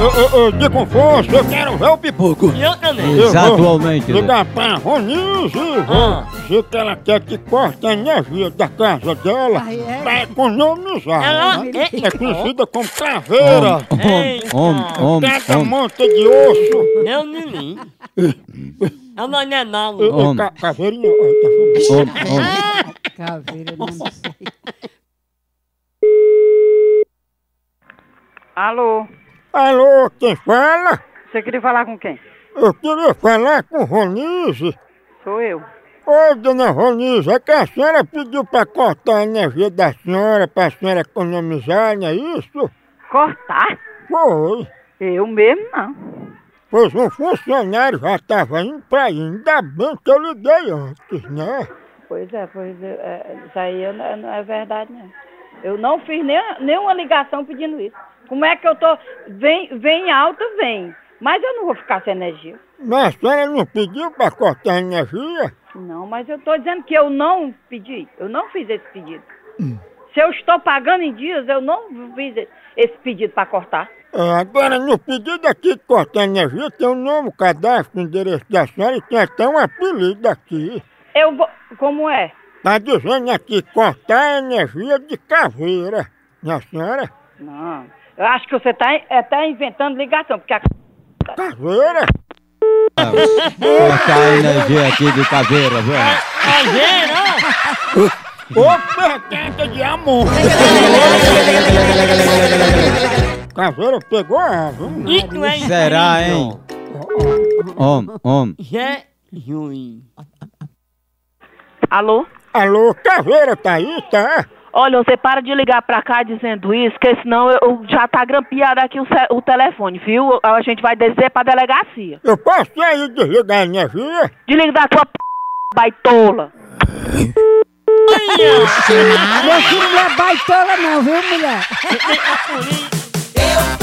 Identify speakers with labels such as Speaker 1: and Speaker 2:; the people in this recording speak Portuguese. Speaker 1: Ô, ô, ô, Dico Afonso, eu quero ver o pipoco.
Speaker 2: E eu também.
Speaker 1: Eu vou
Speaker 3: Exatamente, né?
Speaker 1: Ligar pra Roninho Silva.
Speaker 2: Ah.
Speaker 1: Dizer que ela quer que corte a energia da casa dela
Speaker 4: Ah, é?
Speaker 1: pra economizar.
Speaker 2: Ela-
Speaker 1: né?
Speaker 2: é-
Speaker 1: é conhecida como caveira.
Speaker 3: Homem,
Speaker 2: Eita.
Speaker 3: homem, homem,
Speaker 1: Cada
Speaker 3: homem.
Speaker 1: monta de osso.
Speaker 2: Meu neném. Eu não é não.
Speaker 1: Ô, ô,
Speaker 3: Homem.
Speaker 1: ca- Caveirinha, ó, tá vendo?
Speaker 3: Homem, homem.
Speaker 4: Caveira, não sei.
Speaker 5: Alô,
Speaker 1: Alô, quem fala?
Speaker 5: você queria falar com quem?
Speaker 1: Eu queria falar com Ronise.
Speaker 5: Sou eu.
Speaker 1: Ô, dona Ronise, é que a senhora pediu pra cortar a energia da senhora, pra senhora economizar, não é isso?
Speaker 5: Cortar?
Speaker 1: Foi.
Speaker 5: Eu mesmo não.
Speaker 1: Pois um funcionário já estava indo pra aí, ainda bem que eu liguei antes, né?
Speaker 5: Pois é, pois é, é, isso aí eu não, não é verdade, não. Eu não fiz nem, nenhuma ligação pedindo isso. Como é que eu tô. Vem, vem alta, vem. Mas eu não vou ficar sem energia.
Speaker 1: Mas a senhora não pediu pra cortar a energia?
Speaker 5: Não, mas eu tô dizendo que eu não pedi. Eu não fiz esse pedido. Se eu estou pagando em dias, eu não fiz e- esse pedido para cortar.
Speaker 1: É, agora, no pedido aqui de cortar a energia, tem o nome, o cadastro, o endereço da senhora e tem até um apelido aqui.
Speaker 5: Eu vou. Como é?
Speaker 1: Tá dizendo aqui, cortar a energia de caveira. Minha senhora,
Speaker 5: Não. Eu acho que você está é, tá inventando ligação, porque a
Speaker 1: caveira?
Speaker 3: Cortar a energia aqui de caveira, velho.
Speaker 2: Caveira.
Speaker 1: Ô, pertenta de amor! caveira pegou a ave, hum?
Speaker 2: Isso é
Speaker 3: Será,
Speaker 2: incrível.
Speaker 3: hein? Homem, homem.
Speaker 2: Zé Ruim.
Speaker 6: Alô?
Speaker 1: Alô, caveira, tá aí, tá?
Speaker 6: Olha, você para de ligar pra cá dizendo isso, que senão eu, eu já tá grampeado aqui o, ce- o telefone, viu? A gente vai descer pra delegacia.
Speaker 1: Eu posso ir aí desligar a energia?
Speaker 6: Desliga da tua p... baitola.
Speaker 4: Meu filho não é baitola não, viu, mulher?
Speaker 7: Eu